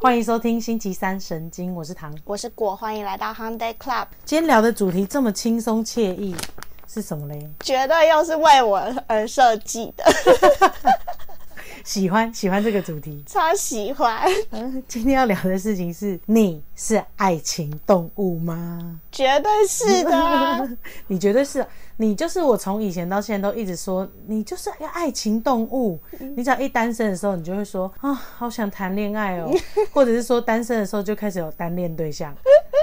欢迎收听星期三神经，我是唐。我是果，欢迎来到 Hyundai Club。今天聊的主题这么轻松惬意，是什么嘞？绝对又是为我而设计的， 喜欢喜欢这个主题。超喜欢， 今天要聊的事情是，你是爱情动物吗？绝对是 的啊。你绝对是，你就是我从以前到现在都一直说，你就是一个爱情动物。嗯你只要一单身的时候，你就会说啊，好想谈恋爱 哦，或者是说单身的时候就开始有单恋对象，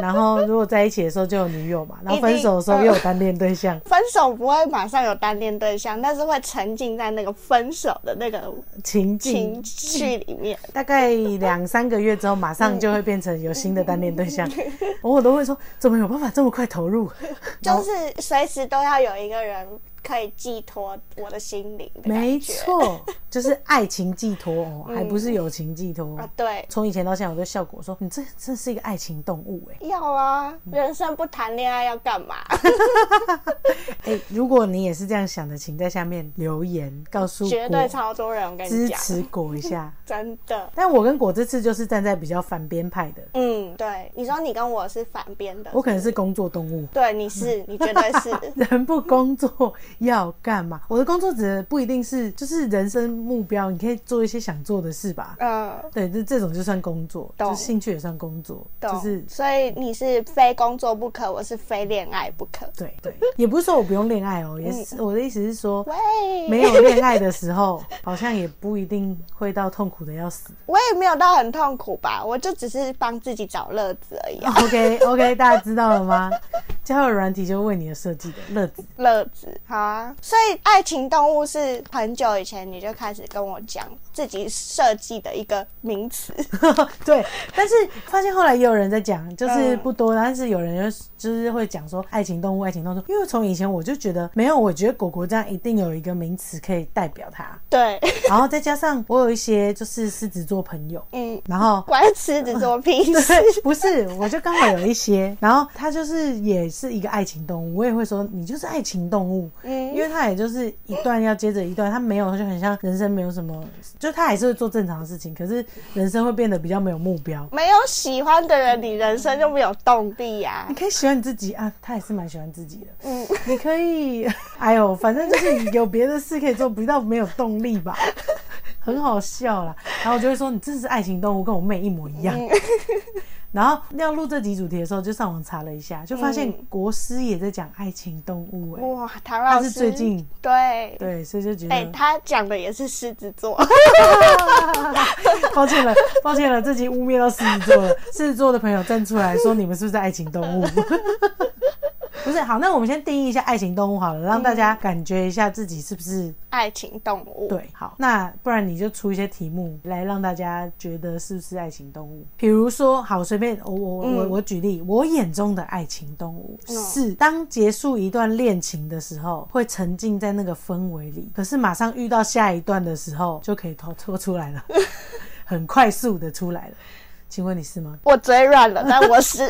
然后如果在一起的时候就有女友嘛，然后分手的时候又有单恋对象，分手不会马上有单恋对象，但是会沉浸在那个分手的那个情境情绪里面。大概两三个月之后，马上就会变成有新的单恋对象。嗯我都会说，怎么有办法这么快投入？ 嗯就是随时都要有一个人可以寄托我的心灵的感觉。嗯没错，就是爱情寄托哦，还不是友情寄托。啊，对，从以前到现在，我都笑果说，你嗯这真是一个爱情动物 哎、要啊，人生不谈恋爱要干 嘛？哎、如果你也是这样想的，请在下面留言告诉绝 对果，超多人，我跟支你讲，持果一下。真的。但我跟果这次就是站在比较反边派的，嗯，对，你说你跟我是反边的，我可能是工作动物。对，你是，你绝对是。人不工作要干嘛？我的工作指的不一定是就是人生目标，你可以做一些想做的事吧。嗯，对，这这种就算工作，懂就是兴趣也算工作，懂。就是所以你是非工作不可，我是非恋爱不可。对对，也不是说我不用恋爱嗯哦，也是我的意思是说，喂，没有恋爱的时候，好像也不一定会到痛苦的要死。我也没有到很痛苦吧，我就只是帮自己找乐子而已、啊。 OK OK，大家知道了吗？交友软体就为你而设计的乐子，乐子，好啊。所以爱情动物是很久以前你就开始跟我讲自己设计的一个 名词，对，但是发现后来也有人在讲，就是嗯不多，但是有人就是就是会讲说爱情动物，爱情动物，因为从以前我就觉得没有，我觉得果果这样一定有一个名词可以代表 它，对，然后再加上我有一些就是狮子座朋友，嗯，然后。关狮子座屁事。 对， 不是，我就刚好有一些，然后他就是也是一个爱情动物，我也会说你就是爱情动物，因嗯，为他也就是一段要接着一段，他没有就很像人生没有什么，就他还是会做正常的事情，可是人生会变得比较没有目标。没有喜欢的人，你人生就没有动力啊呀、你可以喜欢你自己啊，他也是蛮喜欢自己的。嗯，你可以， 哎呦，反正就是有别的事可以做，不到没有动力 吧，很好笑啦。然后我就会说，你真是爱情动物，跟我妹一模一嗯样。 然后要录这集主题的时候，就上网查了一下，就发现嗯国师也在讲爱情动物、哎、哇，唐他老是师最近对对，所以就觉哎、得他讲的也是狮子 座，抱歉了，抱歉了，这集污蔑到狮子座了。狮子座的朋友站出来说，你们是不是爱情动物？ 不是，好，那我们先定义一下爱情动物好了，让大家感觉一下自己是不是爱情动物。对。好，那不然你就出一些题目来让大家觉得是不是爱情动物？比如说，好，随便我我我嗯我举例，我眼中的爱情动物嗯是当结束一段恋情的时候，会沉浸在那个氛围里，可是马上遇到下一段的时候就可以脱脱出来了， 很快速的出来了。请问你是吗？我嘴软了，但我是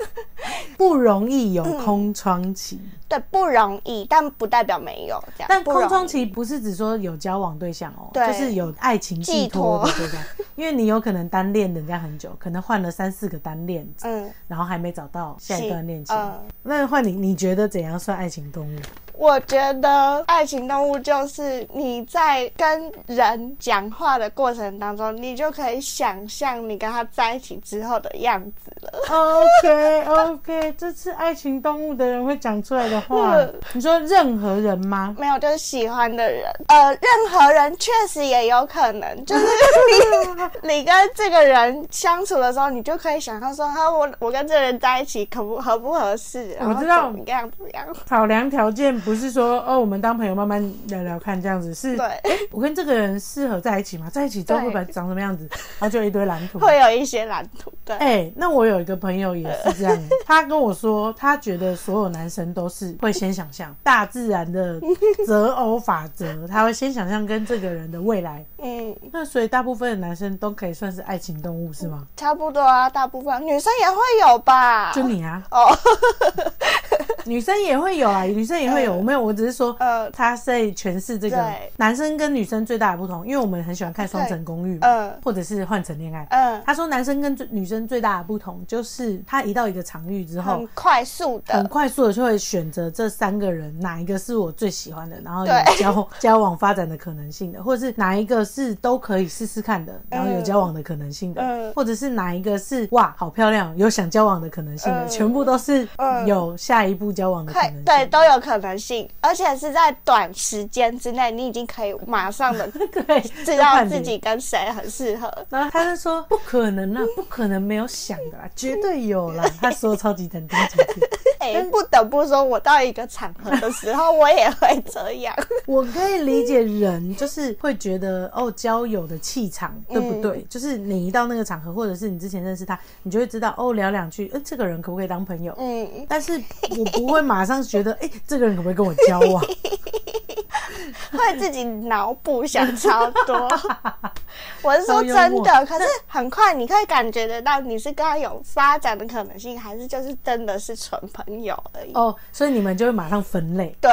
不容易有空窗期，对不容易，但不代表没有这样。但不空容窗易期不是只说有交往对象哦，对就是有爱情寄托的对象，因为你有可能单恋人家很久，可能换了三四个单恋，嗯，然后还没找到下一段恋情。嗯，那换你，你觉得怎样算爱情动 物？我觉得爱情动物就是你在跟人讲话的过程当中，你就可以想象你跟他在一起之后的样子了。 OK OK，这是爱情动物的人会讲出来的 话嗯。你说任何人吗？没有，就是喜欢的人，呃，任何人确实也有可能，就是你 你跟这个人相处的时候，你就可以想象说，啊，我我跟这个人在一起可不合不合适，然后我知道怎么样怎么样，考量条件不是说哦，我们当朋友慢慢聊聊看这样子，是对。我跟这个人适合在一起吗？在一起之后会长什么样子？然后就一堆 蓝图。会有一些蓝图，对，哎、那我有一个朋友也是这样， 他跟我说，他觉得所有男生都是会先想象大自然的择偶法则，他会先想象跟这个人的未来。嗯，那所以大部分的男生都可以算是爱情动物是吗？差不多啊，大部分女生也会有吧？就你啊，哦，女生也会有啊，女生也会有。呃我没有，我只是说， 呃他在诠释这个对男生跟女生最大的不同，因为我们很喜欢看《双城公寓》嘛，对呃或者是《换乘恋爱》。嗯，他说男生跟最女生最大的不同就是，他一到一个场域之后很，快速很的，快速的就会选择这三个人，哪一个是我最喜欢的，然后有对交 交往发展的可能性的，或者是哪一个是都可以试试看的，然后有交往的可能性的，嗯或者是哪一个是哇好漂亮，有想交往的可能性的，嗯全部都是嗯有下一步交往的可快能性。对都有可能性，而且是在短时间之内，你已经可以马上的对，知就道看自你己跟谁很 适合。然后他就说不可能啊，不可能没有想的啦，绝对有啦。他说超级肯定，超级肯定哎、不得不说，我到一个场合的时候，我也会这 样。我可以理解人就是会觉得哦，交友的气场对不对？嗯就是你一到那个场合，或者是你之前认识他，你就会知道哦，聊两句，呃，这个人可不可以当朋友？嗯，但是我不会马上觉得，哎、 这个人可不可以跟我交 往？会自己脑补想超 多。我是说超幽真默的，可是很快你可以感觉得到，你是跟他有发展的可能性，还是就是真的是纯朋友而已。哦，所以你们就会马上分类。对，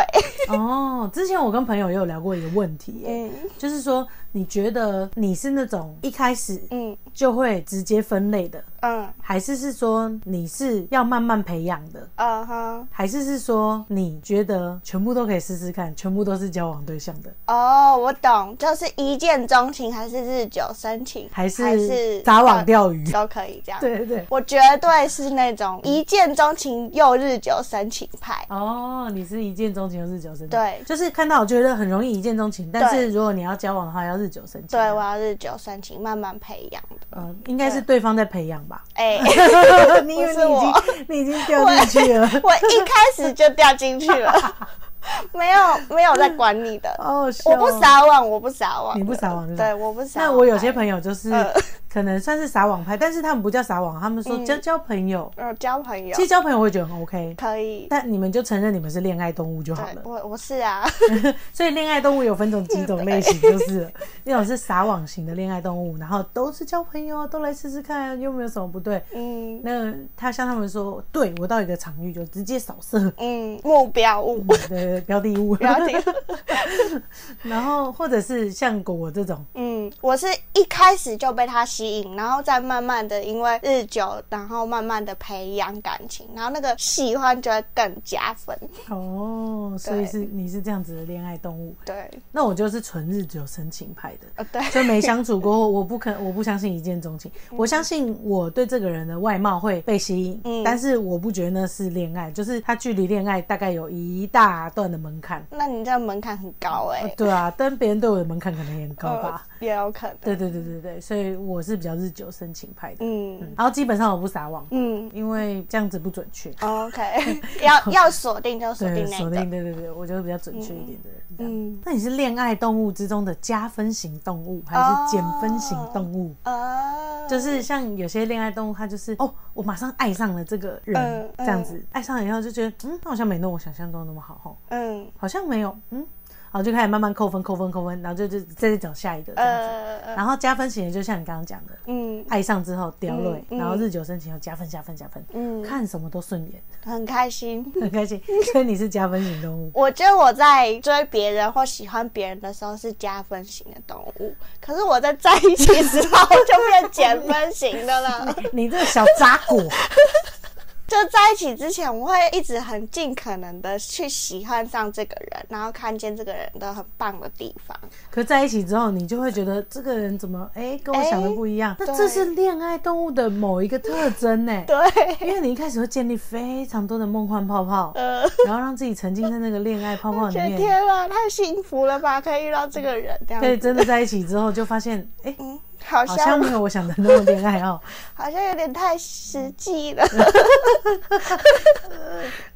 哦，之前我跟朋友也有聊过一个问题、耶嗯就是说你觉得你是那种一开始 嗯就会直接分类的，嗯还是是说你是要慢慢培养的？嗯哼，还是是说你觉得全部都可以试试看，全部都是交往对象的，哦，我懂，就是一见钟情，还是日久生情，还是还是呃撒网钓鱼？都可以这 样。对对对。我绝对是那种一见钟情又日久生情派。哦，你是一见钟情又日久生情，对就是看到我觉得很容易一见钟情，但对是如果你要交往的话，要日久生情。啊对，我要日久生情，慢慢培养的。嗯、应该是对方在培养吧？哎、 你以为不是我 你已经你已经掉进去了，我一开始就掉进去了，没有没有在管你的。 好好笑我哦不撒网，我不撒网的，你不撒网是吧对，我不撒网。那我有些朋友就是、呃可能算是撒网派，但是他们不叫撒网，他们嗯说交交朋友。友呃交朋友其实交朋友我也觉得很 OK，可以，但你们就承认你们是恋爱动物就好对了。我我是啊， 所以恋爱动物有分种几种类型，就是了那种是撒网型的恋爱动物，然后都是交朋友，啊都来试试看，又没有什么不对。嗯那他向他们说，对我到一个场域就直接扫射，嗯，目标物， 对标的物，不要听。 然后或者是像果这种，嗯，我是一开始就被他吸引，然后再慢慢的因为日久，然后慢慢的培养感情，然后那个喜欢就会更加分。哦，所以是你是这样子的恋爱动物，对，那我就是纯日久生情派的。呃，对，就没相处过后，我不肯，我不相信一见钟情。我相信我对这个人的外貌会被吸引，嗯但是我不觉得那是恋爱，就是他距离恋爱大概有一大段的门槛。那你这门槛很高哎、呃对啊，但别人对我的门槛可能也很高呃吧？也有可能。对对对对对，所以我是比较日久生情派的。嗯然后基本上我不撒网，嗯哦因为这样子不准确。 ，OK，要要锁定嗯就锁对，定那锁个。定，对对对，我觉得比较准确一点的人。这样嗯那你是恋爱动物之中的加分型动物，还是减分型动物？啊，就是像有些恋爱动物，它就是哦，我马上爱上了这个人，嗯这样子，爱上了以后就觉得，嗯，好像没那我想象中那么好，吼，嗯好像没有，嗯，然后就开始慢慢扣分，扣分，扣分，然后就就再去找下一个这样子。呃然后加分型的就像你刚刚讲的，嗯爱上之后掉泪，嗯嗯然后日久生情后加分加分加分，嗯，看什么都顺眼，很开心。很开心。所以你是加分型动物，我觉得我在追别人或喜欢别人的时候是加分型的动物，可是我在在一起之 后就变减分型的了。你这个小杂果，就在一起之前，我会一直很尽可能的去喜欢上这个人，然后看见这个人的很棒的地方。可在一起之后，你就会觉得这个人怎么哎跟我想的不一样，那对这是恋爱动物的某一个特征呢、对，因为你一开始会建立非常多的梦幻泡泡，呃，然后让自己沉浸在那个恋爱泡泡里觉得面。天啊，太幸福了吧，可以遇到这个人这样对，子。真的在一起之后就发现，哎、嗯，好好像像没有我想的那么恋爱 哦。好 像有点太实际了，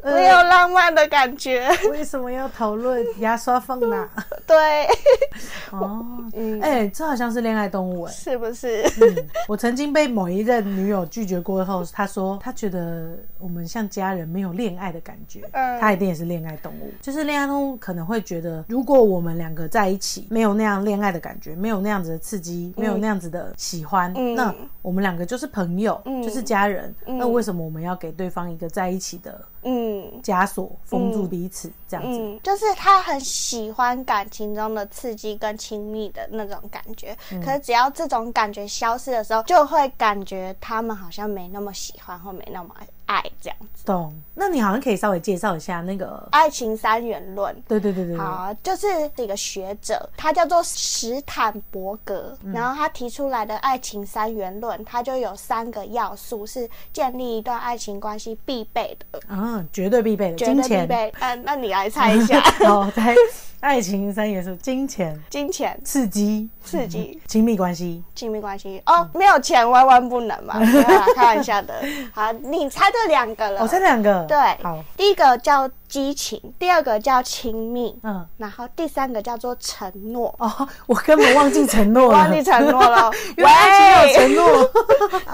呃没有浪漫论的感觉。为什么要讨论牙刷放哪？对，哦，嗯，哎、这好像是恋爱动物哎、是不是？嗯 我曾经被某一任女友拒绝过后，她说她觉得我们像家人，没有恋爱的感觉。嗯她一定也是恋爱动物，就是恋爱动物可能会觉得，如果我们两个在一起，没有那样恋爱的感觉，没有那样子的刺激，没有那样子的喜欢，嗯那我们两个就是朋友，嗯就是家人。嗯那为什么我们要给对方一个在一起的 嗯枷锁，封住彼此、这样子？嗯，就是他很喜欢感情中的刺激跟亲密的那种感觉，嗯可是只要这种感觉消失的时候，就会感觉他们好像没那么喜欢或没那么爱这样子。懂？那你好像可以稍微介绍一下那个，爱情三元论，对对对对对，好，就是一个学者，他叫做史坦伯格，嗯然后他提出来的爱情三元论，它就有三个要素是建立一段爱情关系必备的，嗯，绝对必备的，绝金对必钱。备。嗯，那你来猜 一下，哦，在爱情三元素：金钱、金钱、刺激、刺激、亲密关系。亲密关系哦，嗯没有钱万万不 能嘛，没有啦开玩笑的。好，你猜对两个了，哦，这两个对，好，第一个叫激情，第二个叫亲密，嗯，然后第三个叫做承诺。哦，我根本忘记承诺了，，忘记承诺了 原来爱喂 情有承诺。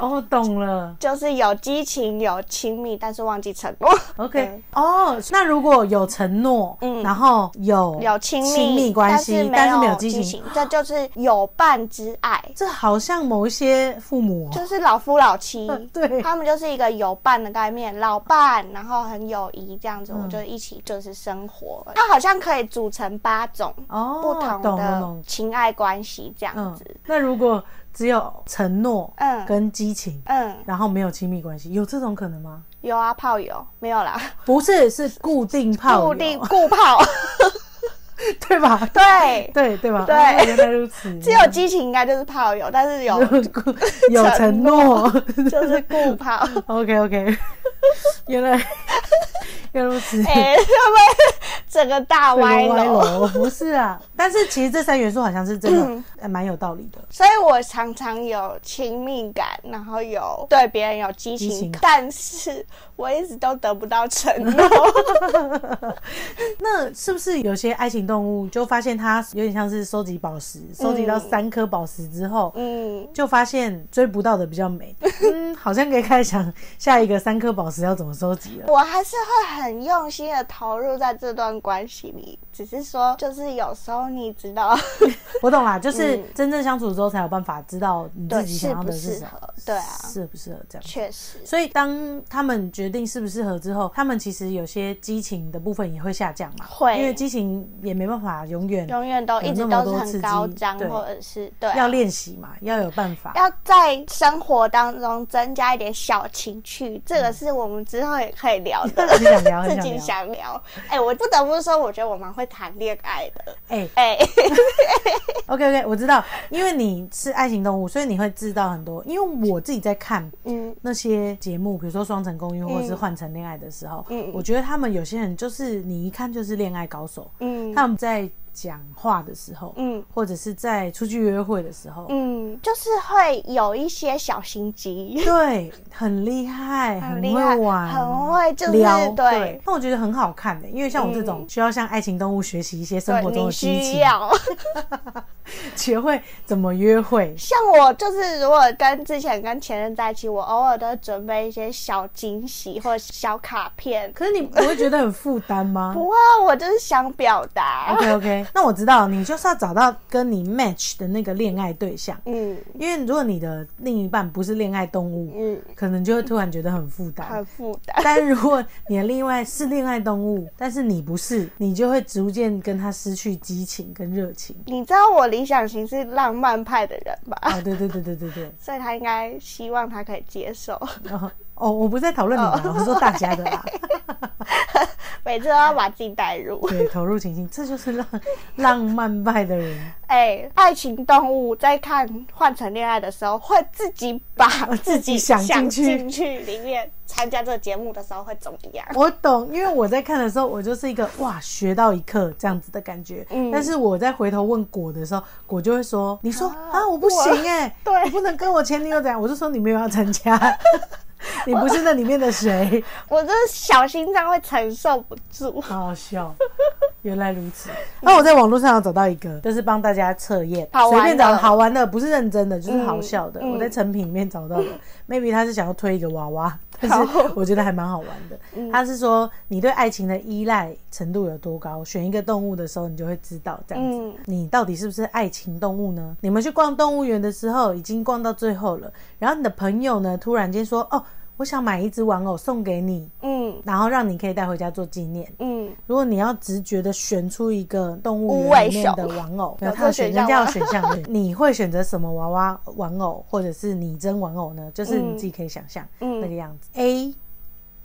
哦，懂了。就是有激情、有亲密，但是忘记承诺。 OK，哦，那如果有承诺，嗯然后有有亲密亲密关系，但但是是没没有有激激情，情，这就是有伴之爱，这好像某一些父母哦，。就是老夫老妻 对他们就是一个有伴的概念，老伴，然后很友谊这样子，嗯我就一起就是生活。它好像可以组成八种哦，不同懂了的懂。情爱关系这样嗯子。，那如果只有承诺，嗯跟激情，嗯，然后没有亲密关系，有这种可能吗？有啊，炮友没有 啦，不是，是固定泡友 固定固炮，对吧？对， 对对吧？对哦原来如此。只有激情应该就是炮友，但是有 固有承诺。就是固炮。 OK OK，原来原来如此。哎、他们整个大歪这个楼。楼不是啊，但是其实这三元素好像是真嗯的呃蛮有道理的。所以我常常有亲密感，然后有对别人有激情，激情但是我一直都得不到承 诺。那是不是有些爱情动物就发现它有点像是收集宝石，收集到三颗宝石之后，嗯，就发现追不到的比较美，嗯，好像可以开始想下一个三颗宝石要怎么收集了。我还是会很用心的投入在这段关系里，只是说，就是有时候你知道我懂 啦，就是嗯真正相处之后才有办法知道你 自对己适想要不的是适什么，合，对啊，适不适合这样。确实，所以当他们决定适不适合之后，他们其实有些激情的部分也会下降嘛，会因为激情也没办法永远永远都有一直那么都多是刺激很高涨，对或者是对啊、要练习嘛，要有办法。要在生活当中增加一点小情趣，这嗯个是我们之后也可以聊的。 很想聊，很自想己聊。想聊，哎、我不得不说，我觉得我蛮会谈恋爱的，哎哎、 ，OK OK，我知道，因为你是爱情动物，所以你会知道很多。因为我自己在看嗯，那些节目，比如说《双城公寓》或者是《换成恋爱》的时候，嗯嗯我觉得他们有些人就是你一看就是恋爱高手， 嗯他们在讲话的时候，嗯或者是在出去约会的时候，嗯，就是会有一些小心机，对，很厉害，很厉会害，玩，很会就是聊，对，那我觉得很好看的，因为像我这种需要向爱情动物学习一些 生活对，中你的激需情，要。 学会怎么约会。像我就是，如果跟之前跟前任在一起，我偶尔都会准备一些小惊喜或小卡片。可是你不会觉得很负担吗不啊，我就是想表达， ？OK OK，那我知道，你就是要找到跟你 match 的那个恋爱对象， 嗯因为如果你的另一半不是恋爱动物，嗯，可能就会突然觉得很负担。很负担。 但如果你的另外是恋爱动物，但是你不是，你就会逐渐跟他失去激情跟热情。你知道我理想型是浪漫派的人吧？ 哦，对对对对对对。所以他应该希望他可以接受，哦，哦我不是在讨论你们，我是说大家的啊啦。 每次都要把自己带入。对，投入情境，这就是浪浪漫派的人，哎、爱情动物在看《换成恋爱》的时候，会自己把自己想进进去去里面。参加这个节目的时候会怎么样？我懂，因为我在看的时候，我就是一个哇，学到一课这样子的感觉。嗯但是我在回头问果的时候，果就会说：“你说啊，我不行哎、对我不能跟我前女友怎样。”我就说：“你没有要参加。” 你不是那里面的谁，我这小心脏会承受不住。好好笑。原来如此。 那我在网络上有找到一个，就是帮大家测验，好玩的随便找好玩的，不是认真的，就是好笑的。嗯嗯我在成品里面找到 的，maybe 他是想要推一个娃娃，但好是我觉得还蛮好玩嗯的。他是说你对爱情的依赖程度有多高，选一个动物的时候，你就会知道这样子。嗯你到底是不是爱情动物呢？你们去逛动物园的时候，已经逛到最后了，然后你的朋友呢，突然间说：“哦，我想买一只玩偶送给你，嗯然后让你可以带回家做纪念。”嗯，如果你要直觉的选出一个动物无尾园熊里面的玩偶， 有然后这个它选选人项吗家有选项， 你会选择什么娃娃玩偶，或者是拟真玩偶呢？就是你自己可以想象嗯那个样子。A.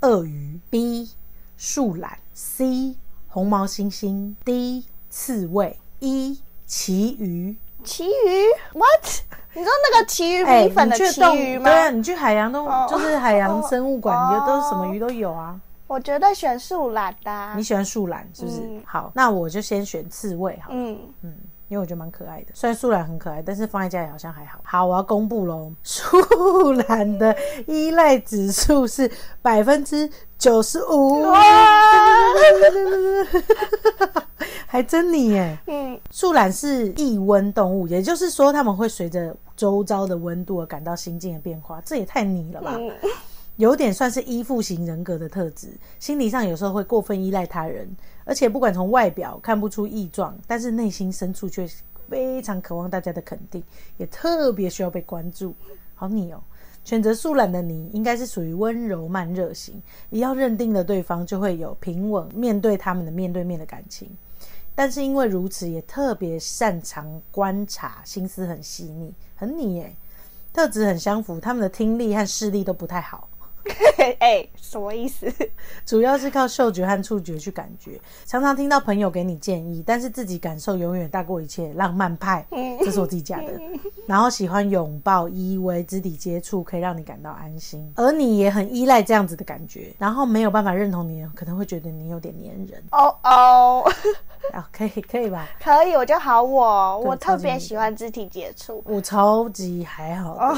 鳄鱼 B. 树懒 C. 红毛猩猩 D. 刺猬 E. 旗鱼。奇鱼，what？你说那个奇鱼哎，米粉你的去奇动鱼物吗对？啊，你去海洋动物哦，就是海 洋生物馆，哦你就都是什么鱼都有啊。我觉得选树懒的啊。你喜欢树懒是不是嗯？好，那我就先选刺猬好了。嗯，嗯，因为我觉得蛮可爱的。虽然树懒很可爱，但是放在家里好像还好。好，我要公布 喽，树懒的依赖指数是百分之九十五， 啊还真你耶！嗯树懒是易温动物，也就是说它们会随着周遭的温度而感到心境的变化，这也太你了吧！嗯 有点算是依附型人格的特质，心理上有时候会过分依赖他人，而且不管从外表看不出异状，但是内心深处却非常渴望大家的肯定，也特别需要被关注。好你哦，选择素懒的你应该是属于温柔慢热型，一要认定了对方，就会有平稳面对他们的面对面的感情。但是因为如此，也特别擅长观察，心思很细腻，很你耶，特质很相符，他们的听力和视力都不太好。哎，什么意思？主要是靠嗅觉和触觉去感觉。常常听到朋友给你建议，但是自己感受永远大过一切。浪漫派，这是我自己讲的。然后喜欢拥抱、依偎、肢体接触，可以让你感到安心，而你也很依赖这样子的感觉。然后没有办法认同你，可能会觉得你有点粘人。哦哦，啊，可以，可以吧？可以，我就好我，我特超级别你喜欢肢体接触， 我超级还好的，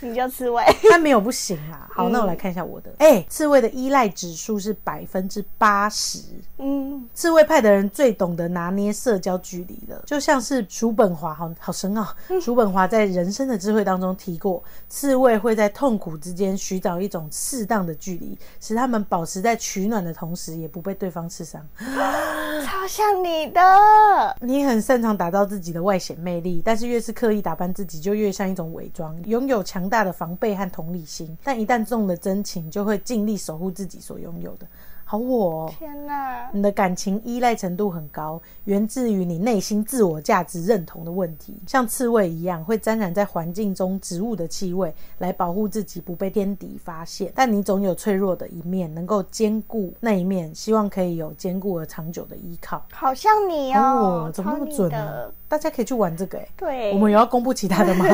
你就 刺猬。但没有不行啦。好，那我来看一下我的。哎、刺猬的依赖指数是百分之八十。嗯，刺猬派的人最懂得拿捏社交距离了，就像是叔本华，好好深奥、叔本华在《人生的智慧》当中提过，刺猬会在痛苦之间寻找一种适当的距离，使他们保持在取暖的同时，也不被对方刺伤。超像你的，你很擅长打造自己的外显魅力，但是越是刻意打扮自己，就越像一种伪装。拥有强大的防备和同理心，但一旦中了真情，就会尽力守护自己所拥有的。好我、哦。天哪！你的感情依赖程度很高，源自于你内心自我价值认同的问题。像刺猬一样，会沾染在环境中植物的气味，来保护自己不被天敌发现。但你总有脆弱的一面，能够兼顾那一面，希望可以有坚固而长久的依靠。好像你哦哦，，怎么那超么你准啊的？？大家可以去玩这个哎、对，我们有要公布其他的吗？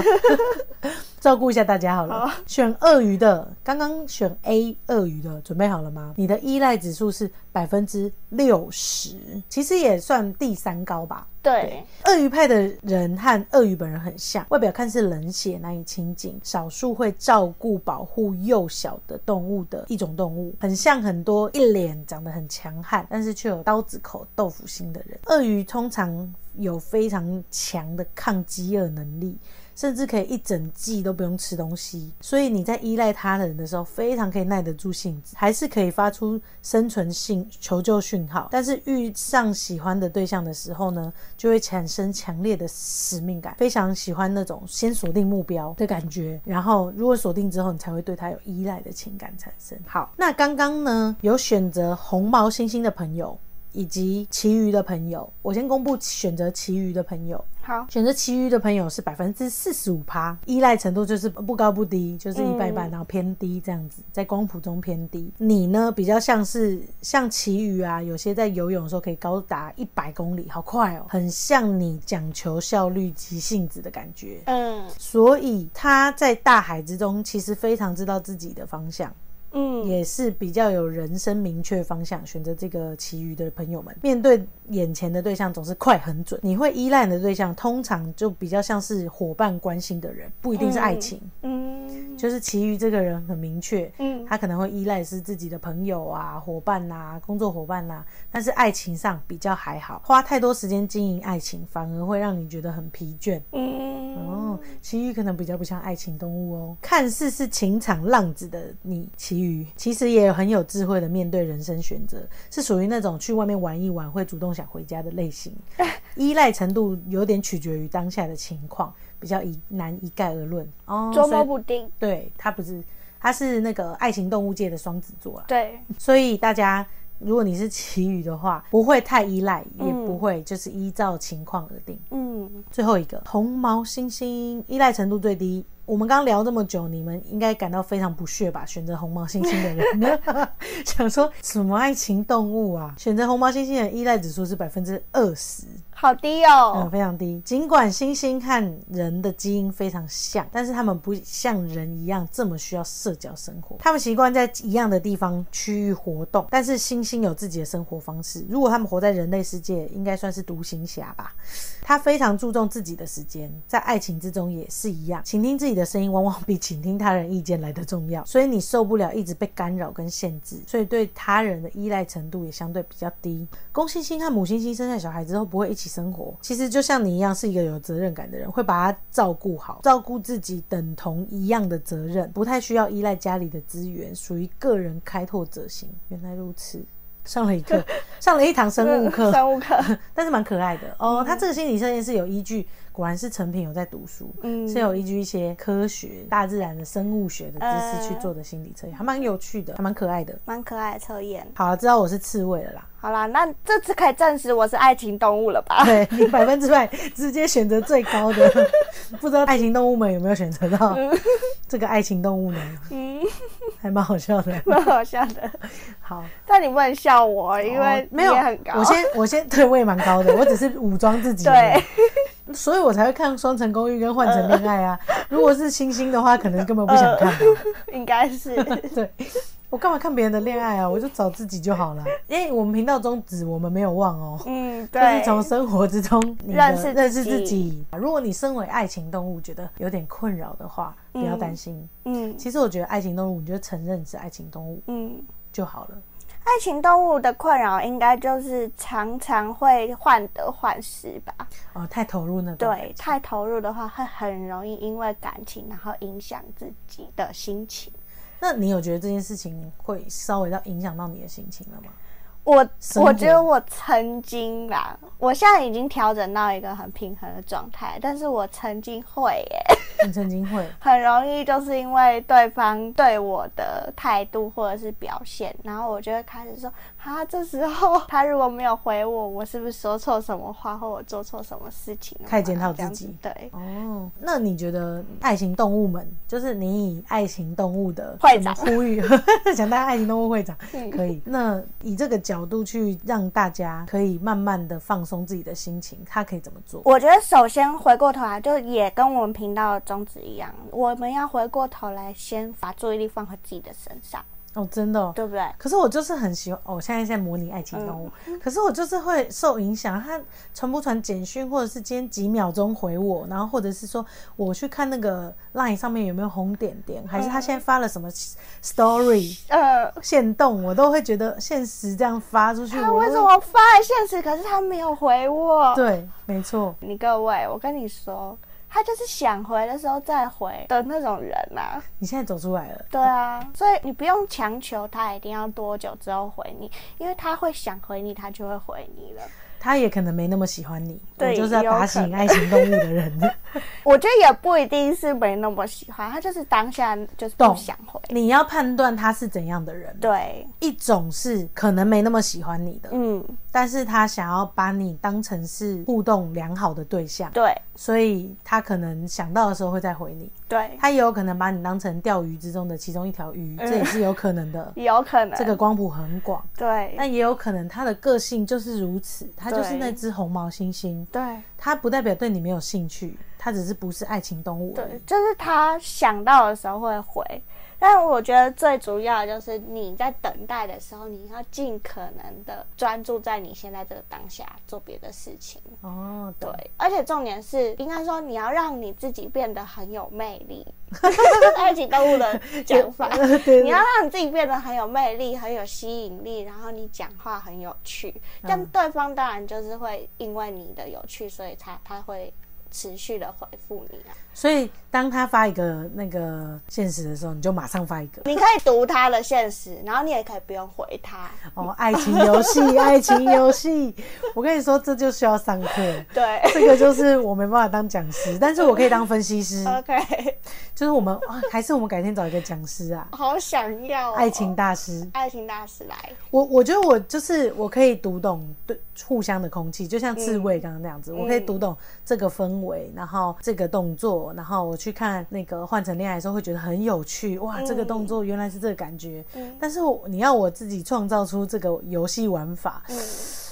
照顾一下大家好了。选鳄鱼的，刚刚选 A 鳄鱼的，准备好了吗？你的依赖指数是百分之六十，其实也算第三高吧。对，鳄鱼派的人和鳄鱼本人很像，外表看似冷血，难以亲近，少数会照顾保护幼小的动物的一种动物，很像很多一脸长得很强悍，但是却有刀子口豆腐心的人。鳄鱼通常有非常强的抗饥饿能力。甚至可以一整季都不用吃东西，所以你在依赖他人的时候，非常可以耐得住性子，还是可以发出生存性求救讯号。但是遇上喜欢的对象的时候呢，就会产生强烈的使命感，非常喜欢那种先锁定目标的感觉，然后如果锁定之后，你才会对他有依赖的情感产生。好，那刚刚呢有选择红毛猩猩的朋友。以及其余的朋友，我先公布选择其余的朋友。好，选择其余的朋友是百分之四十五趴，依赖程度就是不高不低，就是一半一半，然后偏低这样子，在光谱中偏低。你呢，比较像是像其余啊，有些在游泳的时候可以高达一百公里，好快哦，很像你讲求效率及性子的感觉。嗯所以他在大海之中，其实非常知道自己的方向。嗯也是比较有人生明确方向，选择这个其余的朋友们，面对眼前的对象总是快很准，你会依赖你的对象，通常就比较像是伙伴关心的人，不一定是爱情。嗯就是其余这个人很明确，嗯他可能会依赖是自己的朋友啊、伙伴呐、工作伙伴呐、啊但是爱情上比较还好，花太多时间经营爱情，反而会让你觉得很疲倦。嗯，哦，奇遇可能比较不像爱情动物哦，看似是情场浪子的你，奇遇其实也有很有智慧的面对人生选择，是属于那种去外面玩一玩会主动想回家的类型，依赖程度有点取决于当下的情况，比较一难一概而论哦。捉所以摸不定，对，他不是，他是那个爱情动物界的双子座啦。对，所以大家，如果你是奇遇的话，不会太依赖，也不会就是依照情况而定。嗯最后一个红毛猩猩依赖程度最低。我们刚聊这么久，你们应该感到非常不屑吧？选择红毛猩猩的人，想说什么爱情动物啊？选择红毛猩猩的人依赖指数是百分之二十，好低嗯，哦，非常低。尽管猩猩和人的基因非常像，但是他们不像人一样这么需要社交生活。他们习惯在一样的地方区域活动，但是猩猩有自己的生活方式。如果他们活在人类世界，应该算是独行侠吧。他非常注重自己的时间，在爱情之中也是一样。倾听自己的声音，往往比倾听他人意见来得重要。所以你受不了一直被干扰跟限制，所以对他人的依赖程度也相对比较低。公猩猩和母猩猩生下小孩之后不会一起生活，其实就像你一样，是一个有责任感的人，会把他照顾好，照顾自己等同一样的责任，不太需要依赖家里的资源，属于个人开拓者型。原来如此。上了一 课，上了一堂生物课，嗯生物课， 但是蛮可爱的哦。他这个心理测验是有依据，果然是成品有在读书，嗯是有依据一些科学、大自然的生物学的知识呃去做的心理测验，还蛮有趣的，还蛮可爱的。蛮可爱的测验。好啊了，知道我是刺猬了啦。好啦，那这次可以证实我是爱情动物了吧？对你百分之百直接选择最高的， 不知道爱情动物们有没有选择到这个爱情动物呢？嗯， 还蛮好笑的。蛮好笑的。好，但你不能笑我， 因为哦没有你也很高。我先我先对我也蛮高的，我只是武装自己。对，所以我才会看《双城公寓》跟《换乘恋爱》啊。如果是星星的话，可能根本不想看、 应该是 对，我干嘛看别人的恋爱啊？我就找自己就好 了。因为我们频道宗旨我们没有忘哦。 嗯，就对是，从生活之中你的认识自己认识自己。如果你身为爱情动物觉得有点困扰的话，不要担心。嗯其实我觉得爱情动物，你就承认是爱情动物嗯。就好了。爱情动物的困扰应该就是常常会患得患失吧？哦，太投入那段对，太投入的话会很容易因为感情然后影响自己的心情。那你有觉得这件事情会稍微到影响到你的心情了吗？我生活我觉得我曾经啦，我现在已经调整到一个很平衡的状态，但是我曾经会耶，你曾经会，很容易就是因为对方对我的态度或者是表现，然后我就会开始说啊，这时候他如果没有回我，我是不是说错什么话，或我做错什么事情了嘛？开始检讨自己这样子对，哦，那你觉得爱情动物们，就是你以爱情动物的会长嗯呼吁， 想当爱情动物会长可以？那以这个角度去让大家可以慢慢的放松自己的心情，他可以怎么做？我觉得首先回过头来，就也跟我们频道的宗旨一样，我们要回过头来，先把注意力放回自己的身上，哦，真的、哦。对不对？可是我就是很喜欢，哦，我现在在模拟爱情动物，嗯可是我就是会受影响，他传不传简讯，或者是今天几秒钟回我，然后或者是说我去看那个 LINE 上面有没有红点点，还是嗯他现在发了什么 story，、呃，现动，我都会觉得现实这样发出去，他我啊为都什么发了现实，可是他没有回我？对，没错，你各位，我跟你说，他就是想回的时候再回的那种人啊。你现在走出来了，对啊，所以你不用强求他一定要多久之后回你，因为他会想回你，他就会回你了。他也可能没那么喜欢你，对我就是要打有可醒能爱情动物的人。 我觉得也不一定是没那么喜欢，他就是当下就是不懂想回。你要判断他是怎样的人，对，一种是可能没那么喜欢你的，嗯，但是他想要把你当成是互动良好的对象，对所以他可能想到的时候会再回你，对，他也有可能把你当成钓鱼之中的其中一条嗯鱼，这也是有可能 的。有可能这个光谱很广。对但也有可能他的个性就是如此，他就是对那只红毛猩猩，对他不代表对你没有兴趣，他只是不是爱情动物而已。对，就是他想到的时候会回，但我觉得最主要的就是你在等待的时候，你要尽可能的专注在你现在这个当下做别的事情。哦，对，而且重点是，应该说你要让你自己变得很有魅 力，爱情动物的讲法，对对你要让你自己变得很有魅力、很有吸引力，然后你讲话很有趣，嗯但对方当然就是会因为你的有趣，所以他他会持续的回复你啊。所以当他发一个那个现实的时候，你就马上发一个你可以读他的现实，然后你也可以不用回他。哦，爱情游戏，爱情游戏。我跟你说，这就需要上课。对这个就是我没办法当讲师，但是我可以当分析师。 呃，OK，就是我们、啊还是我们改天找一个讲师啊，好想要、哦、爱情大师。爱情大师来，我我觉得我就是我可以读懂对互相的空气，就像刺嗯猬刚刚那样子，我可以读懂这个氛围，然后这个动作，然后我去看那个换成恋爱的时候会觉得很有趣，哇，这个动嗯作原来是这个感觉。但是我你要我自己创造出这个游戏玩法，嗯，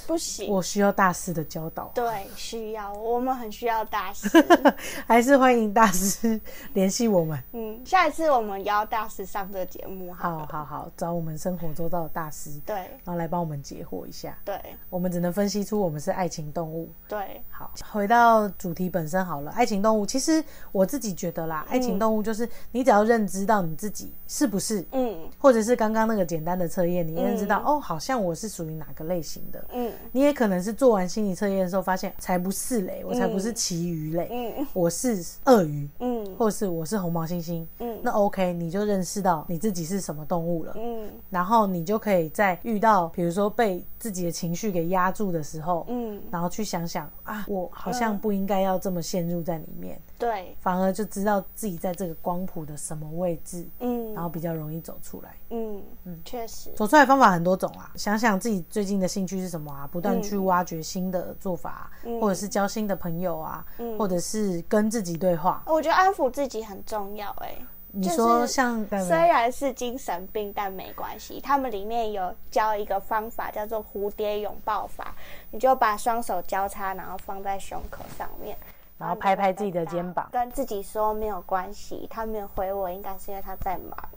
不行。我需要大师的教导，对，需要，我们很需要大师。 还是欢迎大师 联系我们。嗯，下一次我们邀大师上这个节目好好了。好好，找我们生活周到的大师，对然后来帮我们解惑一下。对我们只能分析出我们是爱情动物。对，好，回到主题本身好了。爱情动物，其实我自己觉得啦，爱情动物就是你只要认知到你自己是不是，嗯或者是刚刚那个简单的测验，你认知到、哦，好像我是属于哪个类型的。嗯你也可能是做完心理测验的时候发现，才不是嘞，我才不是旗鱼嘞，嗯我是鳄鱼，嗯或者是我是红毛猩猩。嗯那 OK，你就认识到你自己是什么动物了。嗯然后你就可以在遇到，比如说被自己的情绪给压住的时候，嗯，然后去想想啊，我好像不应该要这么陷入在里面，对，反而就知道自己在这个光谱的什么位置，然后嗯比较容易走出来。嗯，确实，走出来方法很多种啊，想想自己最近的兴趣是什么啊，不断去挖掘新的做法啊、或者是交新的朋友啊，或者是跟自己对话。我觉得安抚自己很重要哎、你就是说像虽然是精神病，但没关系。他们里面有教一个方法，叫做蝴蝶拥抱法。你就把双手交叉，然后放在胸口上面，然后拍拍自己的肩膀跟自己说没有关系。他没有回我，应该是因为他在忙。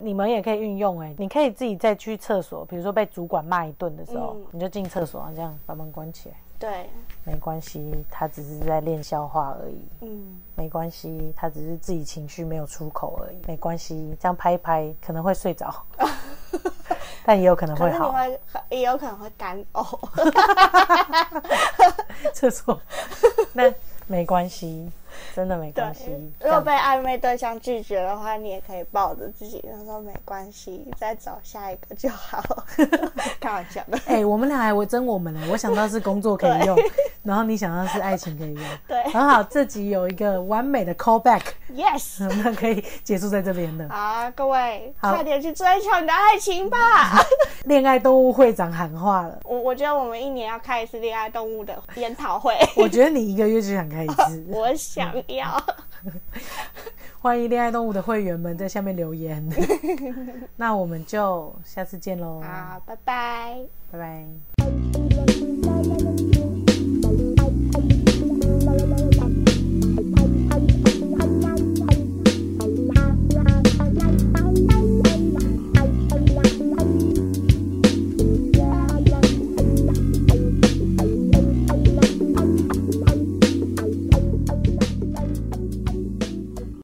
你们也可以运用哎、你可以自己再去厕所，比如说被主管骂一顿的时候，嗯你就进厕所，然后这样把门关起来，对，没关系，他只是在练消化而已。 嗯，没关系，他只是自己情绪没有出口而已，没关系，这样拍一拍可能会睡着， 但也有可能可会是 你好。会也有可能会哦干 呕。厕 所，那没关系，真的没关系。这如果样被暧昧对象拒绝的话，你也可以抱着自己，他说没关系，再找下一个就好。 开玩笑的，哎、我们俩还为真我们呢，我想到是工作可以用， 然后你想到是爱情可以用，对很好，这集有一个完美的 callback， ，yes。那可以结束在这边的。啊，各位，好快点去追求你的爱情吧！恋爱动物会长喊话了，我我觉得我们一年要开一次恋爱动物的研讨会，我觉得你一个月就想开一次。我想要。欢迎恋爱动物的会员们在下面留言， 那我们就下次见喽，好，拜拜。拜拜。 Thank you.